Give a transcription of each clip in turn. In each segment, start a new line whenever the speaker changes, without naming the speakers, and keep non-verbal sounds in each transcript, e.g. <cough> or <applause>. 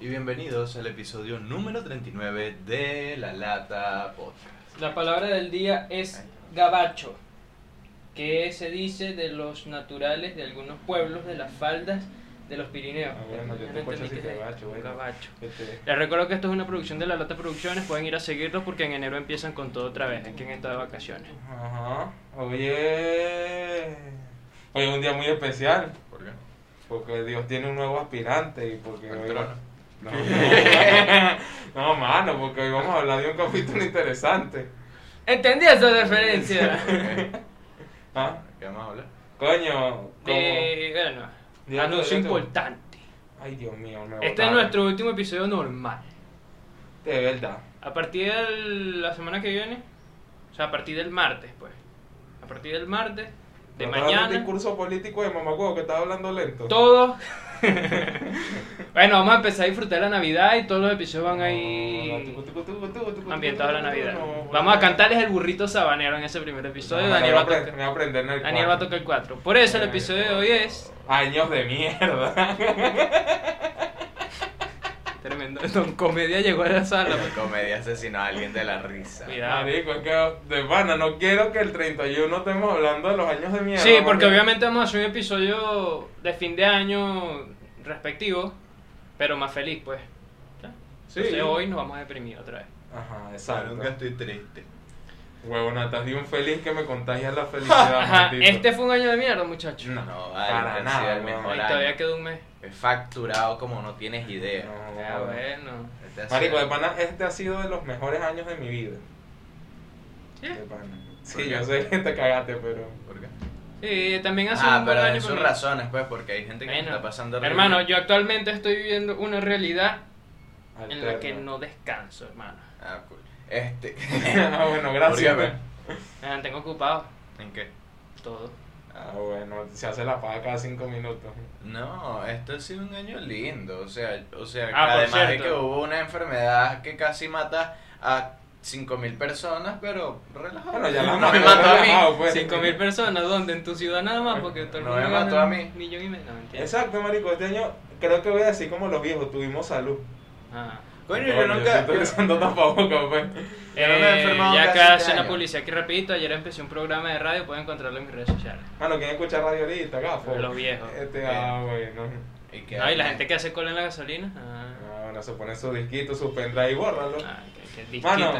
y bienvenidos al episodio número 39 de La Lata Podcast.
La palabra del día es gabacho, que se dice de los naturales de algunos pueblos de las faldas de los Pirineos.
Ah, bueno, yo te escucho
entendí
así,
que es
gabacho, bueno.
gabacho.
Este,
Les recuerdo que esto es una producción de La Lata Producciones, pueden ir a seguirlos porque en enero empiezan con todo otra vez, es que han estado de vacaciones.
ajá. Oye. Hoy es un día muy especial.
¿Por qué?
Porque Dios tiene un nuevo aspirante y porque
Al
hoy-
trono. <laughs>
No, no, <laughs> no, mano, porque hoy vamos a hablar de un capítulo interesante.
¿Entendí esa
<laughs>
referencia?
Ok,
¿Ah?
¿Qué vamos a hablar?
Coño, ¿cómo?
Eh, bueno,
Dilo tú,
anuncio
dilo tú.
importante.
Ay, Dios mío, me
Este es
botaron.
nuestro último episodio normal.
De verdad.
A partir de la semana que viene, o sea, a partir del martes, pues. A partir del martes, de
Me botaron Un
mañana,
discurso político de mamacuevo que estaba hablando lento.
todo. bueno, vamos a empezar a disfrutar la Navidad y todos los episodios van ahí ambientados a la Navidad. Vamos a cantarles el burrito sabanero en ese primer episodio. Daniel, va a tocar,
Me va a aprender en el
Daniel va a
cuarto.
tocar el 4. Por eso el episodio de hoy es
Años de mierda.
tremendo. Don Comedia llegó a la
Ah,
sala.
La comedia asesinó a alguien de la risa.
Cuidado.
Marico, Ah, es que de pana, no quiero que el 31 estemos hablando de los años de mierda.
Sí, porque obviamente vamos a hacer un episodio de fin de año respectivo, pero más feliz, pues.
Sí.
Entonces hoy nos vamos a deprimir otra vez.
Ajá,
Yo
exacto.
nunca estoy triste.
Huevona, estás de un feliz que me
<laughs>
contagia la felicidad.
Ajá,
maldito.
este fue un año de mierda, muchachos.
No,
No, vale,
para
ha sido
nada.
el
weón.
mejor.
Y
hola.
todavía quedó un mes.
He facturado como no tienes idea.
No,
Ah,
weón.
bueno.
Este ha
Marico, de
sido-
pana, este ha sido de los mejores años de mi vida.
Sí,
De pana.
¿Por
Sí,
qué?
yo sé que te cagaste, pero.
¿Por qué?
sí también hace
Ah,
un buen
pero
año
en sus
para mí.
razones, pues, porque hay gente que
Bueno,
está pasando horrible.
Hermano, yo actualmente estoy viviendo una realidad en la
alterno.
que no descanso, hermano.
Ah, cool. Este.
<laughs> ah, bueno, gracias.
Dígame.
Me mantengo ocupado.
¿En qué?
Todo.
Ah, bueno, se hace la paga cada cinco minutos.
No, esto ha sido un año lindo, o sea, o sea,
Ah, por
además de que
cierto.
hubo una enfermedad que casi mata a 5000 personas, pero relajado.
Bueno, ya la
no me
mató,
mató a mí.
relajado, pues.
5.000 personas, ¿dónde? En tu ciudad nada más, porque todo el
No
mundo
me
gana
mató a
un
mí.
Millón y medio. No, mentira.
Exacto, marico, este año creo que voy a decir como los viejos, tuvimos salud.
Ah.
Coño, yo nunca
Yo estoy usando <laughs> tapabocas, pues.
Yo no me he enfermado
Eh, ya
casi
acá
este
hace la
año.
policía aquí repito, ayer empecé un programa de radio, pueden encontrarlo en mis redes sociales.
Mano, ¿quién escucha radio ahorita, gafo?
Los viejos.
Este, ah, bueno.
¿Y, qué
No, y la
haces?
gente que hace cola en la gasolina. Ah,
Ah, bueno, se pone su disquito, su pendrive y bórralo.
ah, que, que disquito.
Mano,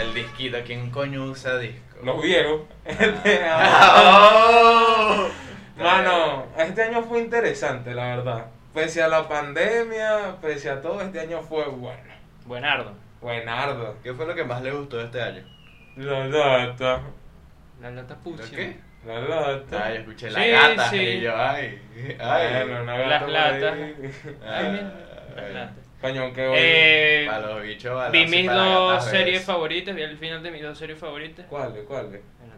El disquito, ¿quién coño usa
<laughs>
disco?
los viejos. Este, ah,
¡Oh!
Mano, este año fue interesante, la verdad. Pese a la pandemia, pese a todo, este año fue bueno.
Buenardo.
Buenardo.
¿Qué fue lo que más le gustó de este año?
La lata.
La lata
¿Lo
pucha.
qué?
La lata.
Ah, yo escuché la
Sí,
gata
sí.
y yo, ay, ay. Ah,
Bueno, una
Las
gata por
latas.
ahí.
Ay, mira,
Ay.
la lata.
Coño, qué bueno.
Ah, Eh,
Para los bichos, para
vi
las-
mis
para las
dos
gatas,
series
¿ves?
favoritas, vi el final de mis dos series favoritas.
¿Cuáles, cuáles?
Bueno,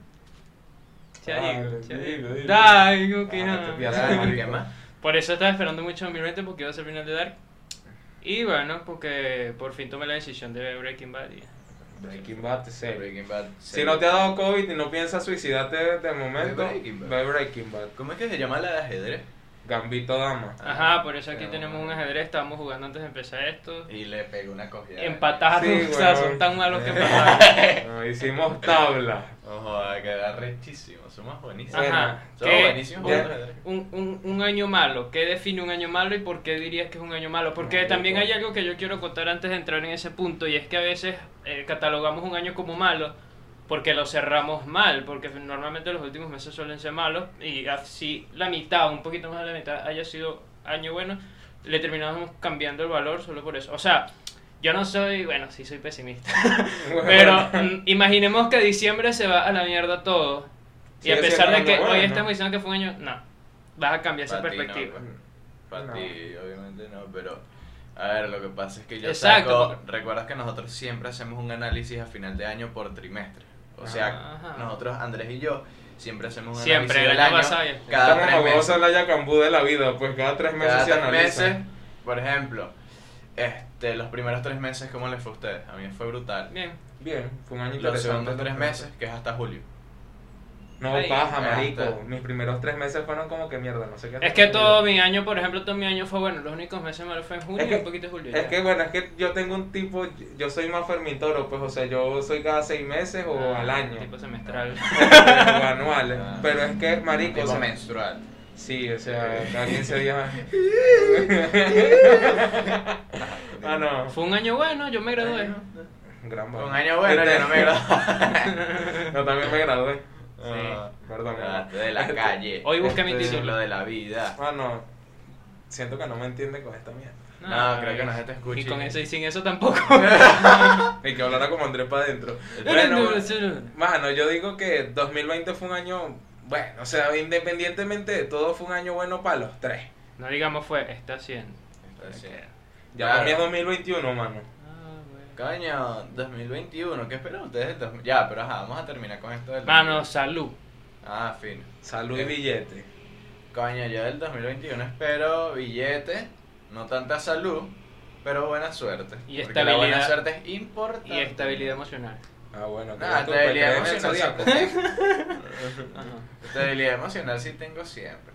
ya digo, ya
Ah,
digo.
dilo, dilo.
Ay, digo que
Ah,
no.
te pidas.
Ya, ¿qué más?
Por eso estaba esperando mucho 2020 porque iba a ser final de Dark. Y bueno, porque por fin tomé la decisión de ver Breaking Bad. y-
Breaking Bad, te sé.
Breaking Bad.
Si no te ha dado COVID y no piensas suicidarte de momento,
Ve Breaking Bad.
ve Breaking Bad.
¿Cómo es que se llama la de ajedrez?
Gambito Dama.
Ajá, por eso aquí
Ah,
tenemos un ajedrez, estábamos jugando antes de empezar esto.
Y le pegó una cogida.
Empataron,
Sí,
Ah, <laughs> o sea,
weón.
son tan malos que empataron.
Nos hicimos tabla.
Ojo, a quedar rechísimo. Somos buenísimos.
Ajá.
Somos
¿Qué,
buenísimos
Ya.
jugando ajedrez.
un, un, un año malo, ¿qué define un año malo y por qué dirías que es un año malo? Porque
Marico.
también hay algo que yo quiero contar antes de entrar en ese punto y es que a veces eh, catalogamos un año como malo porque lo cerramos mal, porque normalmente los últimos meses suelen ser malos y así la mitad, un poquito más de la mitad haya sido año bueno, le terminamos cambiando el valor solo por eso. O sea, yo no soy, bueno, sí soy pesimista.
<laughs>
Pero mm, imaginemos que diciembre se va a la mierda todo. Y
Sigue
a pesar de
siendo
que
algo
hoy
bueno.
estamos diciendo que fue un año. No. Vas a cambiar esa
Pa' ti,
perspectiva.
no, pa- pa'
Mm. No.
ti, obviamente no, pero. A ver, lo que pasa es que yo saco.
Exacto, porque-
Recuerdas que nosotros siempre hacemos un análisis a final de año por trimestre. O sea,
Ajá.
nosotros, Andrés y yo, siempre hacemos un
Siempre,
análisis
el
del
año
año.
pasado y el-
cada
Estamos
tres
abogados
meses.
en la yacambú de la vida, pues cada tres meses
Cada
se
tres
analiza.
meses, por ejemplo, este, los primeros tres meses, ¿cómo les fue a ustedes? A mí fue brutal.
Bien.
Bien, fue un año
Los
interesante.
segundos tres meses, que es hasta julio.
No,
Ay,
paja,
marico.
marico. Mis primeros tres meses fueron como que mierda, no sé qué.
Es
hacer
que
con mi vida.
todo mi año, por ejemplo, todo mi año fue bueno. Los únicos meses malos fue en junio
Es que-
y un poquito de julio.
Es
ya.
que bueno, es que yo tengo un tipo, yo soy más Fermín Toro, pues o sea, yo soy cada seis meses o
Ah,
al año,
Tipo semestral.
<laughs> o anuales,
Ah.
pero es que marico, o
Tipo
sea,
menstrual.
sí, o sea, cada 15
<laughs>
días. ah, no,
Fue un año bueno, yo me gradué.
gran
Un
vaina.
año bueno,
Este
yo no me
<laughs> Yo también me
gradué.
gradué. Perdón.
<laughs> Ah, de la calle.
Hoy busqué mi
Este,
Eso es
título.
lo de la vida.
Ah, no, siento que no me entiende con esta mierda.
No, creo que no se te escucha.
Y con eso y sin eso tampoco.
Y que hablara como Andrés para adentro. Bueno,
Bueno,
Mano, yo digo que 2020 fue un año, bueno, o sea, independientemente de todo, fue un año bueno para los tres.
no digamos fue, está haciendo.
Entonces,
Ya
Claro.
para mí es 2021, mano.
Ah, bueno.
Coño, 2021, ¿qué esperan ustedes? del dos- Ya, pero ajá, vamos a terminar con esto del...
Mano, salud.
Ah, fino.
Salud y
Eh.
billete.
Coño, yo del 2021 espero billete, no tanta salud, pero buena suerte.
Y
Porque la buena
estabilidad.
suerte es importante.
Y estabilidad emocional.
Ah, bueno,
Nada,
tú, pues,
estabilidad
crees en el
emocional.
zodiaco.
Ajá.
Estabilidad emocional sí tengo siempre.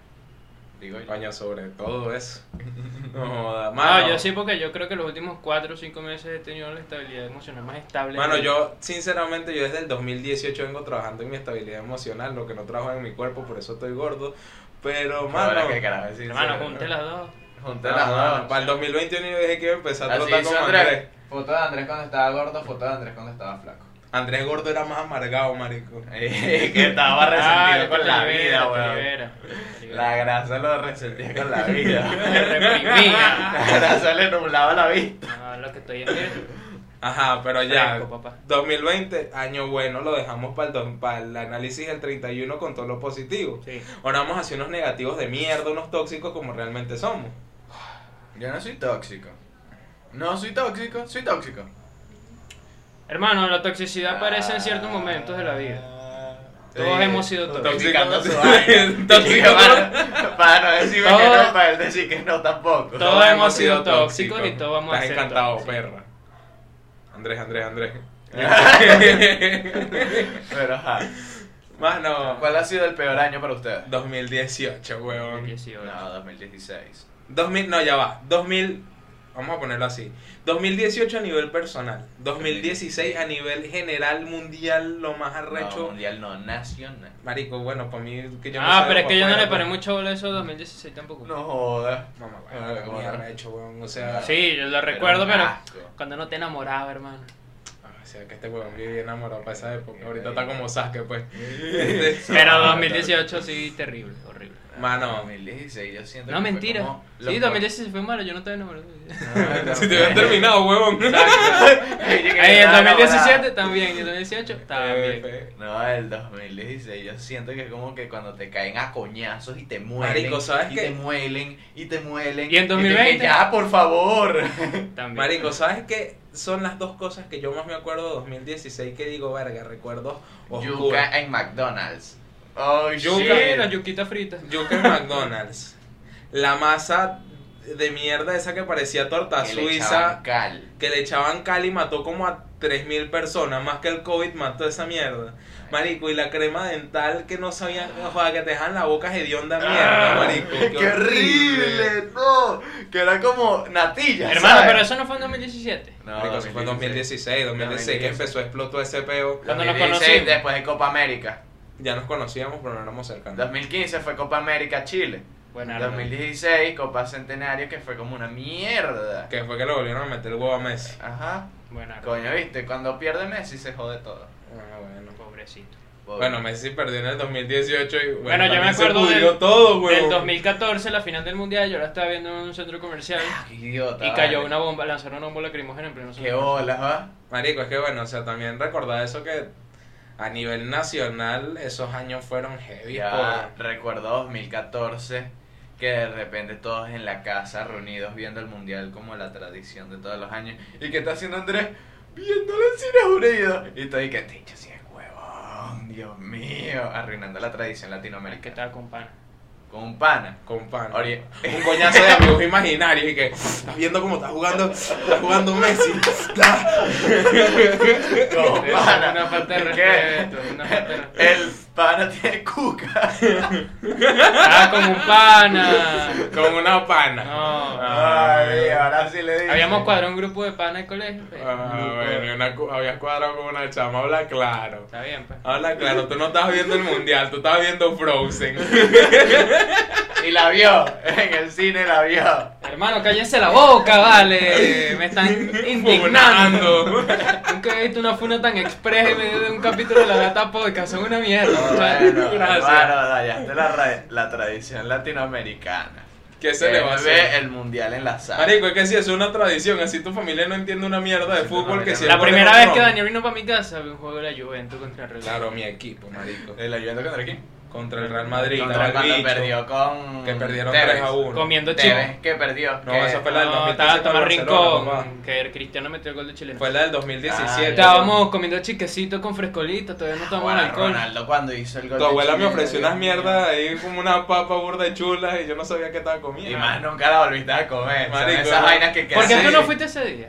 Digo yo.
Coño, sobre todo
<laughs>
eso. No, joda. mano,
No, yo sí porque yo creo que los últimos 4 o 5 meses he tenido la estabilidad emocional más estable.
Mano, yo, sinceramente, yo desde el 2018 vengo trabajando en mi estabilidad emocional, lo que no trabajo en mi cuerpo, por eso estoy gordo. Pero, mano,
Ahora que carajo, sí, sí,
Hermano, junte las dos.
Junté las dos.
para el 2021 yo dije que iba a empezar a
Así
tratar
hizo
como
Andrés.
Andrés.
Foto de Andrés cuando estaba gordo, foto de Andrés cuando estaba <laughs> flaco.
Andrés gordo era más amargado, marico.
Eh.
que estaba
Ah, este
resentido
te
con la
libera,
vida,
te
weón.
libera, te
<laughs>
libera.
La grasa lo resentía con
<laughs>
la vida.
Me reprimía.
La grasa le nublaba la vista.
No, lo que estoy es que-
Ajá, pero ya.
Fresco, papá.
2020, año bueno, lo dejamos para el, don- para el análisis del 31 con todo lo positivo.
Sí.
Ahora vamos a hacer unos negativos de mierda, unos tóxicos como realmente somos.
Yo no soy tóxico. No soy tóxico, soy tóxico.
Hermano, la toxicidad aparece en ciertos momentos de la vida. Todos hemos sido tóxicos. <laughs>
Toxicando su
Tóxicos.
vaina.
Tóxicos.
Para, para no decir
Todos-
que no, para él decir que no tampoco.
Todos hemos sido tóxicos y todos vamos a
Estás
ser
encantado,
tóxicos.
perra. Andrés, Andrés, Andrés.
<laughs> Pero ajá.
Mano,
¿Cuál ha sido el peor año para ustedes?
2018, weón.
18.
No, 2016.
2000, no, ya va. 2000, vamos a ponerlo así. 2018 a nivel personal. 2016 a nivel general, mundial, lo más
No,
arrecho.
mundial no, nacional.
Marico, bueno, para mí que yo no
ah,
salgo
pero es
pa'
que yo no
afuera,
le paré
pues.
mucho bola a eso 2016 tampoco.
No jodas.
Mamá,
Ah,
bueno,
¿cómo
muy
no?
arrecho, weón. O sea,
Ah, Sí, yo lo
Pero Ah.
recuerdo,
un
pero
asco.
cuando no te enamoraba, hermano.
o sea, que este weón vivía enamorado para esa época. Ahorita está como Sasuke, pues. Este,
Pero
Ah,
2018 sí, terrible, horrible.
Mano.
2016, yo siento
No,
que fue
mentira.
como los
Sí,
cor-
2016 fue malo, yo no estaba enamorado. <laughs>
No,
<laughs> si te hubieran terminado, weón.
Ahí en 2017 también, y en 2018 también.
Eh,
No, el 2016, yo siento que es como que cuando te caen a coñazos y te muelen.
Marico, ¿sabes
y
qué?
te muelen, y te muelen.
¿Y en
te-
2020?
que ya, por favor.
También.
Marico, ¿sabes qué? Son las dos cosas que yo más me acuerdo de 2016 que digo, verga, recuerdos oscuros.
Yuca en McDonald's. Oh,
Yuca.
Sí,
shit.
la yuquita frita.
Yuca en McDonald's. La masa de mierda esa que parecía torta
Que le echaban
suiza,
cal.
que le echaban cal y mató como a 3.000 personas, más que el COVID mató esa mierda. Marico, y la crema dental que no sabían, o sea, que te dejan la boca hedionda mierda,
Ah,
marico.
¡Qué, horrible! ¡No! Que era como natilla.
Hermano,
¿sabes?
pero eso no fue en 2017.
No,
Marico, eso fue en 2016, 2016 que
2016.
empezó a explotar ese peo.
Cuando nos
2016,
conocimos.
después de Copa América.
Ya nos conocíamos, pero no éramos cercanos.
2015 fue Copa América Chile.
Bueno, Arnold.
2016 Copa Centenario que fue como una mierda.
Que fue que le volvieron a meter el huevo a Messi.
Ajá.
Bueno, Arnold.
Coño, viste, cuando pierde Messi se jode todo.
Ah, bueno.
pobrecito.
Pobre.
Bueno, Messi perdió en el 2018 y bueno,
Bueno, yo me
también se
acuerdo
pudrió
del-
todo, güey.
En 2014, la final del mundial, yo la estaba viendo en un centro comercial
Ah, qué idiota.
y cayó
vale.
una bomba, lanzaron una bomba lacrimógena en pleno
Qué
centro.
bolas, ¿va?
Marico, es que bueno, o sea, también recordar eso que a nivel nacional esos años fueron heavy.
Ya
¿eh?
joder.
recuerdo 2014 que de repente todos en la casa reunidos viendo el mundial como la tradición de todos los años. ¿Y qué está haciendo Andrés? Viéndolo en Cines Unidos. Y todo y que te si es huevón, Dios mío, arruinando la tradición
Es que
latinoamericana.
estaba con pana.
con un pana.
Con pan.
Ori-
Un coñazo de amigos imaginarios y que estás viendo cómo está jugando, está jugando Messi. <laughs>
Con
Es
pana.
una falta de
¿Qué?
respeto, una falta de respeto.
El pana tiene cuca.
Ah, con un
<laughs>
pana.
Con una pana.
No.
Ah,
Ay, ahora Ah, sí le digo.
Habíamos cuadrado un grupo de pana en el colegio. pues.
Ah, bueno, y una cu- habías cuadrado con una chama, habla claro.
Está bien, pues.
Habla claro, tú no estabas viendo el mundial, tú estabas
<laughs>
viendo Frozen.
Y la vio. En el cine la vio.
Hermano, cállense la boca, vale. Me están indignando.
Funando.
Nunca he visto una funa tan expresa en medio de un capítulo de la Gata Podcast. Son una mierda, muchachos.
Bueno,
gracias.
hermano, dañaste la, ra- la tradición latinoamericana.
<laughs> ¿Qué se le va a
Ve eh,
hacer?
el mundial en la sala.
Marico, es que si es una tradición, así tu familia no entiende una mierda de
Sí, tu
fútbol
familia
que
no.
si
La
el gol es
primera vez que
honrón.
Daniel vino para mi casa, vi un juego de la Juventus contra el Real.
Claro, mi equipo, marico.
¿El ayudante contra quién?
Eh, Contra el Real Madrid.
Contra
el
cuando
bicho,
perdió con.
Que perdieron
Tevez.
3 a 1.
Comiendo chivo.
Tevez, que perdió.
No,
que-
eso fue la del
No,
2015
estaba Tomás
con el Barcelona,
Rincón, que el Cristiano metió el gol de chileno.
Fue la del 2017.
Ah,
Estábamos comiendo chiquecito con frescolita, todavía no tomamos
Bueno,
alcohol.
Ronaldo cuando hizo el gol.
Tu
de
abuela me
Chile,
ofreció
Dios
unas
mío.
mierdas ahí como una papa burda y chula y yo no sabía qué estaba comiendo.
Y más nunca la volviste a comer.
Marico,
Son esas
no.
vainas que
¿Por qué
quedan.
tú no
Sí.
fuiste ese día?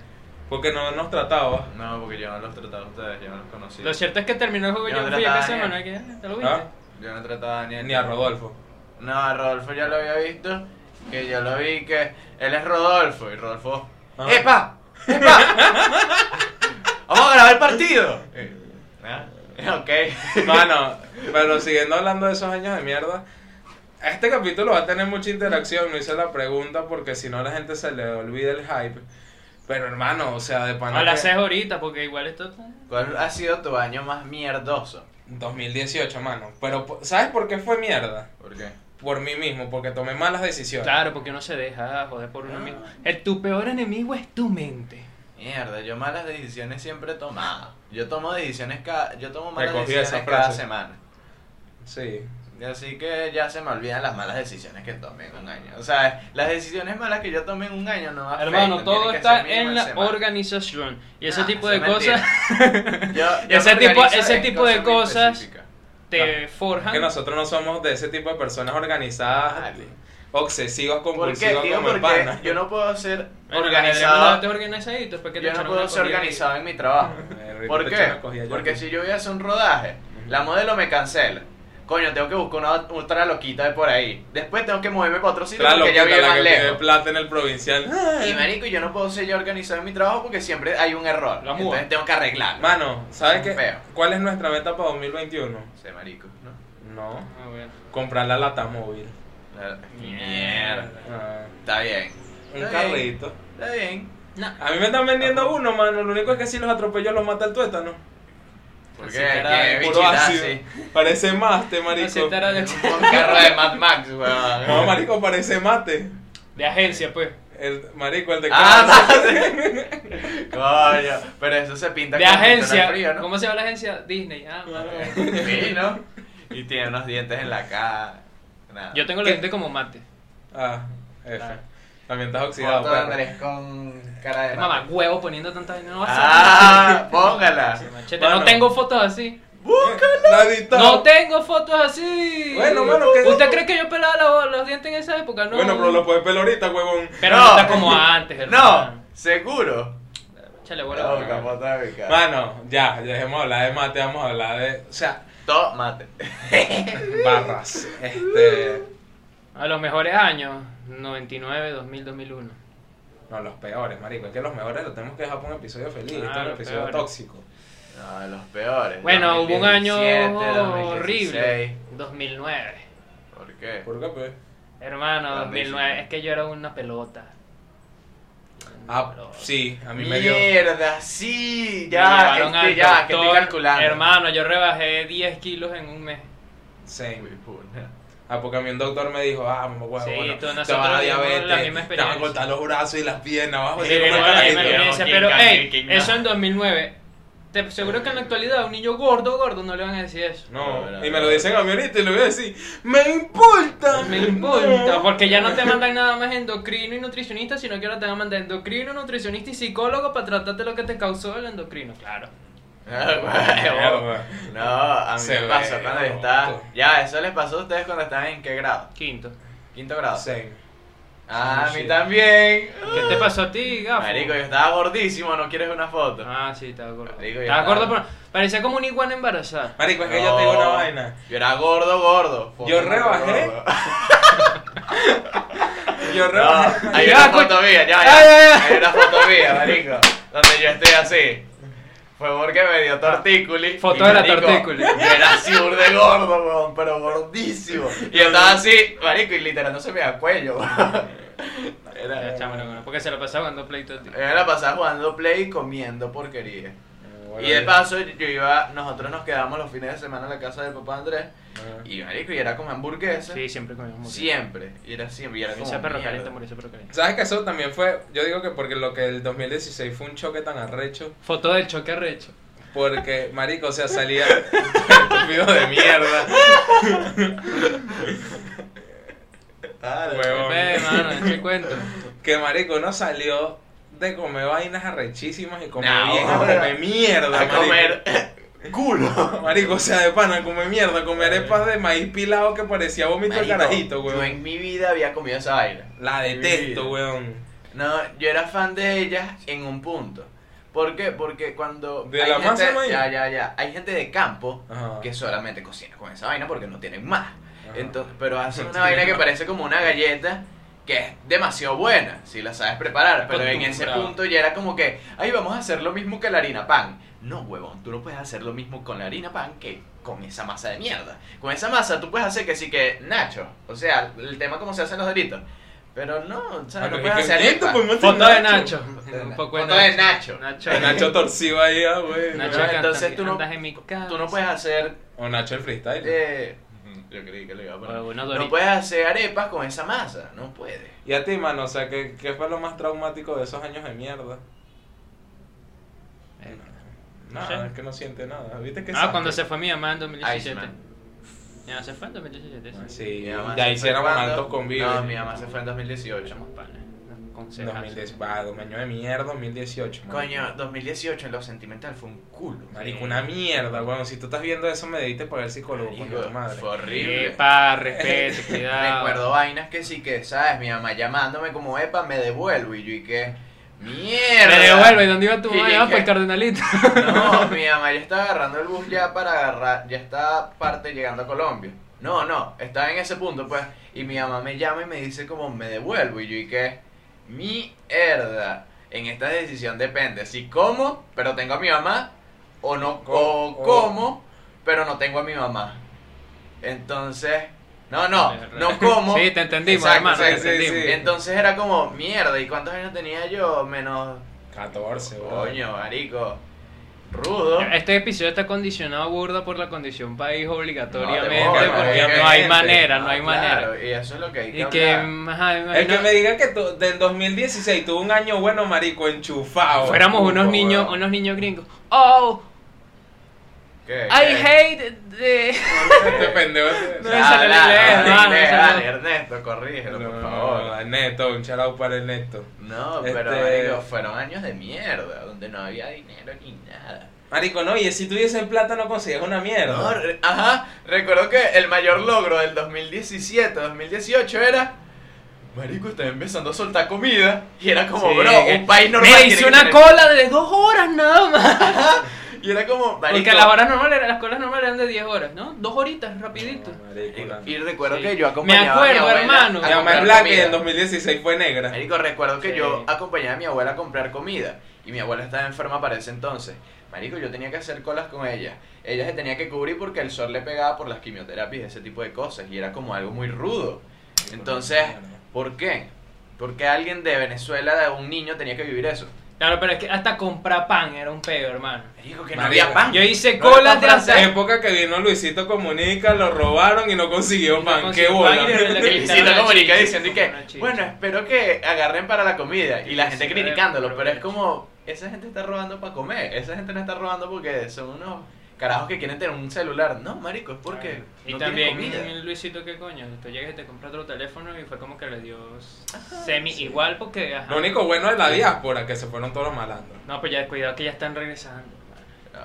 Porque no nos trataba.
No, porque yo no los trataba a ustedes, yo no los conocía.
Lo cierto es que terminó el juego
Yo
yo
no
fui a
trataba
casa de
ni a-
Manuel, que ¿te lo viste?
¿Ah?
Yo no trataba a Daniel.
eh, Ni a Rodolfo.
No, a Rodolfo ya lo había visto. Que yo lo vi que él es Rodolfo. Y Rodolfo.
Ah.
¡Epa! ¡Epa! ¡Vamos a grabar el partido! Eh, ¿Ah? Ok.
Mano, pero siguiendo hablando de esos años de mierda, este capítulo va a tener mucha interacción. No hice la pregunta porque si no a la gente se le olvida el hype. Pero hermano, o sea, de
No,
pana.
la
que-
haces ahorita, porque igual esto está...
¿Cuál ha sido tu año más mierdoso?
2018, mano. Pero, po- ¿sabes por qué fue mierda?
¿Por qué?
Por mí mismo, porque tomé malas decisiones.
Claro, porque uno se deja joder por
Ah.
uno mismo. El, tu peor enemigo es tu mente.
Mierda, yo malas decisiones siempre he tomado. Yo tomo decisiones cada. Yo tomo malas
Recogí esa
decisiones cada
frase.
semana.
Sí.
Y Así que ya se me olvidan las malas decisiones que tomé en un año. O sea, las decisiones malas que yo tomé en un año no afectan.
Hermano,
Ah, tiene
todo
que
está
ser mínimo
en
en
la
semana.
organización. Y ese
Ah,
tipo
eso
de
es
cosas
<laughs> Yo- yo me
Ese tipo-
organizo
ese
en
tipo de
muy
cosas-
específicas.
te forjan.
Que nosotros no somos de ese tipo de personas organizadas,
Vale.
obsesivas,
¿Por qué?
compulsivas
Tío,
como el
porque
pana. <laughs>
yo no puedo ser
Bueno,
organizado.
te organizaditos, porque te
Yo no
echaron
puedo
una
ser
comida ahí.
organizado en mi trabajo.
Eh,
¿Por
te
qué?
echaron cogida,
Porque
Jordi.
si yo voy a hacer un rodaje,
Ujú.
la modelo me cancela. Coño, tengo que buscar una otra loquita de por ahí. Después tengo que moverme para otro sitio
Claro,
porque ya
loquita,
vive
la
más
que pide
lejos.
plata en el provincial.
Eh.
Y marico, yo no puedo ser yo organizado en mi trabajo porque siempre hay un error.
La muda.
Entonces tengo que arreglarlo.
Mano, ¿sabes qué?
Feo.
¿Cuál es nuestra meta para 2021?
Sé marico, ¿no?
No,
Ah, bueno.
comprar la lata móvil.
La-
Mierda.
Mierda.
Ah,
Está bien.
un
Está bien,
carrito.
Está bien.
A mí me están vendiendo uno, mano. Lo único es que si los atropello los mata el tuétano.
Porque
Así estará
qué
de
Puro
Eh, bichita,
ácido.
sí.
Parece mate,
Así
marico.
estará de,
Un carro de Mad
<laughs>
Max, weón.
No, marico, parece mate.
de agencia, pues.
El, marico, el de
Ah,
casa.
<laughs> Coño, pero eso se pinta
De
con
agencia.
Montana frío, ¿no?
¿Cómo se llama la agencia? Disney. Ah,
Sí, ¿no? Y tiene unos dientes en la cara. Nada.
Yo tengo la
¿Qué?
gente como mate.
Ah, F.
Claro.
También estás oxidado,
Foto de
perro.
Andrés con cara de
Es mamá, huevo poniendo tanta vaina. No va a
Ah, póngala.
ser. Machete,
Bueno.
No tengo fotos así.
La editamos.
No tengo fotos así.
Bueno, bueno, ¿qué-
¿Usted cree que yo pelaba los, los dientes en esa época? No.
Bueno, pero lo puedes pelar ahorita, huevón.
Pero
No.
no está como antes,
No,
hermano.
seguro.
Échale
No,
bola.
capaz está de mi cara.
Mano, ya, ya dejemos de hablar de mate, vamos a hablar de. O sea,
Tómate.
barras. Este.
A los mejores años, 99, 2000, 2001.
No, los peores, marico. Es que los mejores los tenemos que dejar para un episodio
Ah,
feliz. este es un
los
episodio
peores.
tóxico.
No, de los peores.
Bueno, hubo un año
2017, 2016.
horrible. 2009.
¿Por qué?
¿Por qué, pues?
Hermano,
Grandísimo.
2009. Es que yo era una pelota. Una
Ah,
pelota.
sí, a mí me dio.
Mierda, sí,
Me
ya,
llevaron
este,
al
ya, que estoy
doctor.
calculando.
Hermano, yo rebajé 10 kilos en un mes.
Sí.
Uy, puta.
Ah, porque a mí un doctor me dijo, ah, mamá, huevo,
Sí,
bueno,
tú,
te
nosotros
vas a
vivimos
diabetes,
la misma
te vas a
experiencia.
cortar los brazos y las piernas, vas a
Pues
Sí,
ser como
bueno,
el
la
carajito.
misma experiencia,
¿quién
pero,
gana,
ey,
quién no?
eso en 2009. Te seguro que en la actualidad a un niño gordo, gordo, no le van a decir eso.
No,
No,
y
no,
me lo
no.
dicen a mí ahorita y le voy a decir, ¡me importa!
Me importa, porque ya
<laughs>
no te mandan nada más endocrino y nutricionista, sino que ahora te van a mandar endocrino, nutricionista y psicólogo para tratarte lo que te causó el endocrino. Claro.
Mierda.
No, a mí
Se
me
ve,
pasó cuando
loco.
estaba. Ya, eso les pasó a ustedes cuando estaban en qué grado?
Quinto.
Quinto grado.
Same.
Ah, a mí
Sí.
también.
¿Qué te pasó a ti, gafo?
Marico, yo estaba gordísimo, ¿no quieres una foto?
Ah, sí, estaba gordo.
Marico, yo
estaba gordo,
estaba-
pero parecía como una iguana embarazada.
Marico, es que yo te digo una vaina.
Yo era gordo, gordo. Foto
Yo
no,
rebajé.
gordo.
Yo
No,
realmente
hay
<laughs> Ya,
una
coño.
foto mía, ya,
Ay,
ya.
ay, ay.
Hay una foto mía, marico. Donde yo estoy así. Fue porque me dio tortículi.
Foto
y,
de la
marico,
tortículi.
Yo era así de gordo, weón, pero gordísimo. Y yo estaba así, marico, y literal no se me da cuello, weón.
Ya,
Era, eh,
chamo, no, no, porque se lo pasaba jugando play todo el día.
era la pasada jugando play y comiendo porquería.
Bueno,
y de paso, yo iba, nosotros nos quedábamos los fines de semana en la casa del papá Andrés.
Ajá.
Y marico, y era como hamburguesa.
Sí, siempre comíamos
Siempre. Y era siempre. Y era como.
Ese perro
mierda.
caliente murió, ese perro caliente.
¿Sabes que eso también fue? Yo digo que porque lo que el 2016 fue un choque tan arrecho.
Foto del choque arrecho.
Porque, <laughs> marico, o sea, salía estúpido de mierda.
Dale.
Huevón.
Ve, mano, ¿qué cuento?
Que, marico, uno salió de comer vainas arrechísimas y comer
No.
bien, a comer mierda,
a
marico.
comer
<laughs>
culo.
Marico, o sea, de pana, come mierda, comer arepas de maíz pilado que parecía vómito de
Marico,
carajito,
Yo
weón.
en mi vida había comido esa vaina.
La
En mi
detesto,
vida.
weón.
No, yo era fan de ellas en un punto. ¿Por qué? Porque cuando.
¿De
hay
la
gente-
masa, maíz?
Ya, ya, ya. Hay gente de campo
Ajá.
que solamente cocina con esa vaina porque no tienen más.
Ajá. Ah,
Entonces, pero hacen
No
una vaina que
tienen más.
parece como una galleta que es demasiado buena si la sabes preparar. Pero en ese
Acostumbrado.
punto ya era como que, ay, vamos a hacer lo mismo que la harina pan. No, huevón, tú no puedes hacer lo mismo con la harina pan que con esa masa de mierda. Con esa masa tú puedes hacer que sí que Nacho. O sea, el tema como se hacen los doritos. Pero no, o sea, no
Marico,
puedes
¿qué
hacer harina
esto,
pan.
pues, monte
Foto de Nacho. Un poco de
Foto de
Nacho.
Nacho.
Nacho.
El Nacho torcido ahí, ah, güey.
Nacho
No,
canta,
entonces tú no-
andas en mi casa.
Tú no puedes hacer...
O Nacho el freestyle.
eh, yo creí que le iba a poner.
O unos
No
Doritos.
puedes hacer arepas con esa masa, no puedes.
Y a ti, mano, o sea, ¿qué, qué fue lo más traumático de esos años de mierda?
Eh,
Nada,
sé.
es que no siente nada. ¿Viste que
Ah, cuando se fue mi mamá en 2017.
Iceman.
Ya se fue en 2017. sí.
Sí,
Mi mamá
ya
se
hiciéramos
fue cuando-
altos convivios.
No, mi mamá se fue en 2018.
Somos panas. ¿no? Concejal.
2010, va, dos años de mierda, 2018. mano.
Coño, 2018 en lo sentimental fue un culo.
Marico, una mierda, weón. Si tú estás viendo eso, me debiste pagar psicólogo, coño,
Marico,
tu madre.
Fue horrible. <laughs>
Epa, respeto, cuidado.
Recuerdo vainas que sí que, ¿sabes? Mi mamá llamándome como, epa, me devuelvo. Y yo, ¿y qué? ¡Mierda!
Me devuelve, ¿y dónde iba tu
Y
mamá?
dije-
Ah, para el cardenalito.
No, mi mamá ya estaba agarrando el bus ya para agarrar, ya está parte llegando a Colombia. No, no, estaba en ese punto, pues. Y mi mamá me llama y me dice como me devuelvo. Y yo, ¿y qué? Mierda. En esta decisión depende si como, pero tengo a mi mamá, o no
Co-
o
o-
como, pero no tengo a mi mamá. Entonces, no, no,
<laughs>
no como.
Sí, te entendimos,
Exacto,
hermano,
exacto,
te
sí,
entendimos.
sí.
Entonces era como, mierda, ¿y cuántos años tenía yo? Menos
14, weón.
Coño, marico. Rudo.
Este episodio está condicionado burda por la condición país obligatoriamente,
No, de bola,
porque
obviamente.
no hay manera, no
Ah,
hay
claro,
manera.
Y eso es lo que hay que
Y que,
hablar.
ajá, me
El que
imagino-
me diga que tu- del 2016 tuvo un año bueno, marico, enchufado.
fuéramos
Puto,
Oh, unos niños,
weón.
unos niños gringos. Oh,
¿Qué?
I
¿Qué?
hate
<laughs>
the... <laughs>
Este pendejo.
No
Habla,
me sale el inglés,
habla
hermano,
inglés,
me sale-
dale, Ernesto, corrígelo, por favor.
Ernesto, un charao para Ernesto.
No, pero
Este-
marico, fueron años de mierda, donde no había dinero ni nada.
Marico, no, y si tuviese plata no conseguías una mierda.
No, re- ajá, recuerdo que el mayor logro del 2017, 2018 era... Marico, está empezando a soltar comida y era como,
Sí,
bro,
que-
un país normal.
Me
tiene
hice
que
una
tener-
cola de dos horas nada más.
Y era como, marico...
Porque las horas normales, eran- las colas normales eran de 10 horas, ¿no? Dos horitas, rapidito.
No, marico,
Y,
la-
y recuerdo
Sí.
que yo
Me
acompañaba a mi
acuerdo,
abuela
hermano.
a
Mi mamá es
comprar
blanca y
comida.
en 2016 fue negra.
Marico, recuerdo que
Sí.
yo acompañaba a mi abuela a comprar comida y mi abuela estaba enferma para ese entonces. Marico, yo tenía que hacer colas con ella. Ella se tenía que cubrir porque el sol le pegaba por las quimioterapias y ese tipo de cosas y era como algo muy rudo. Entonces, ¿por qué? Porque alguien de Venezuela, de un niño, tenía que vivir eso.
Claro, pero es que hasta comprar pan era un peo, hermano.
Marico, que no
Marico,
había pan.
Yo hice
No le
colas de
compras
hasta...
pan.
época que vino Luisito Comunica, lo robaron y no consiguió pan.
consiguió
Qué
pan
bola.
y de-
<laughs> Y
de- Quitaron
Luisito
la
comunica
chicha,
diciendo y que,
quitaron la chicha.
bueno, espero que agarren para la comida. Y la
Sí,
gente
sí,
criticándolo,
pero-
pero es como, esa gente está robando para comer. Esa gente no está robando porque son unos carajos que quieren tener un celular. No, marico, es porque
Y
no
también
tienen comida.
Luisito, ¿qué coño? Tú llegas y te compras otro teléfono y fue como que le dio semi igual porque... ajá.
Lo único bueno es la diáspora, que se fueron todos los malandros.
No, pues ya cuidado que ya están regresando.
No,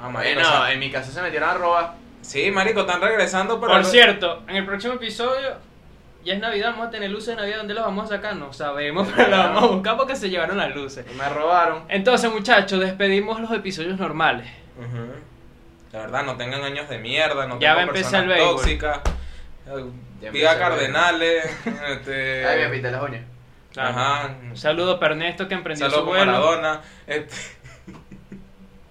Ah, marico, o
Bueno,
sea,
en mi casa se metieron a robar.
Sí, marico, están regresando para...
Por cierto, en el próximo episodio ya es Navidad, vamos a tener luces de Navidad. ¿Dónde las vamos a sacar? No sabemos, <laughs> pero las vamos a buscar porque se llevaron las luces.
Me robaron.
Entonces, muchachos, despedimos los episodios normales.
Ujú. La verdad, no tengan años de mierda, no
Ya va a
tengan
empezar
personas
el béisbol.
tóxicas.
Ya empieza
Viva
el béisbol. <laughs>
Cardenales.
Eh,
este...
Ay, me pinté las uñas.
Ajá.
Un saludo para Ernesto que emprendió
Saludos
su
por
vuelo.
Maradona. Este,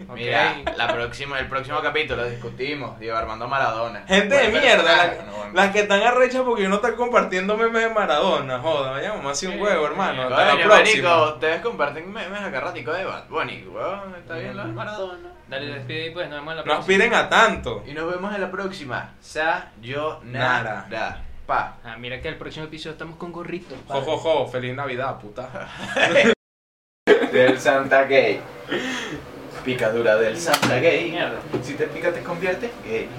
Ok.
Mira, la próxima, el próximo capítulo discutimos Diego Armando Maradona.
Gente de
Buen
mierda,
personaje,
la-
no, bueno.
las que están arrechas porque uno está compartiendo memes de Maradona. Joda, vaya mamá, así un huevo, hermano. Hasta la
Coño, marico,
próxima.
ustedes comparten memes acá ratico eh, de Bad Bunny, weón, está bien la de Maradona.
Dale, despide y pues nos vemos en la
No aspiren a tanto.
Y nos vemos en la próxima. Sayonara. Pa.
Ah, mira que el próximo episodio estamos con gorritos.
Jo, jo, jo, feliz Navidad, puta.
Del Santa Gay. Picadura del Santa Gay.
Mierda.
Si te pica te convierte gay.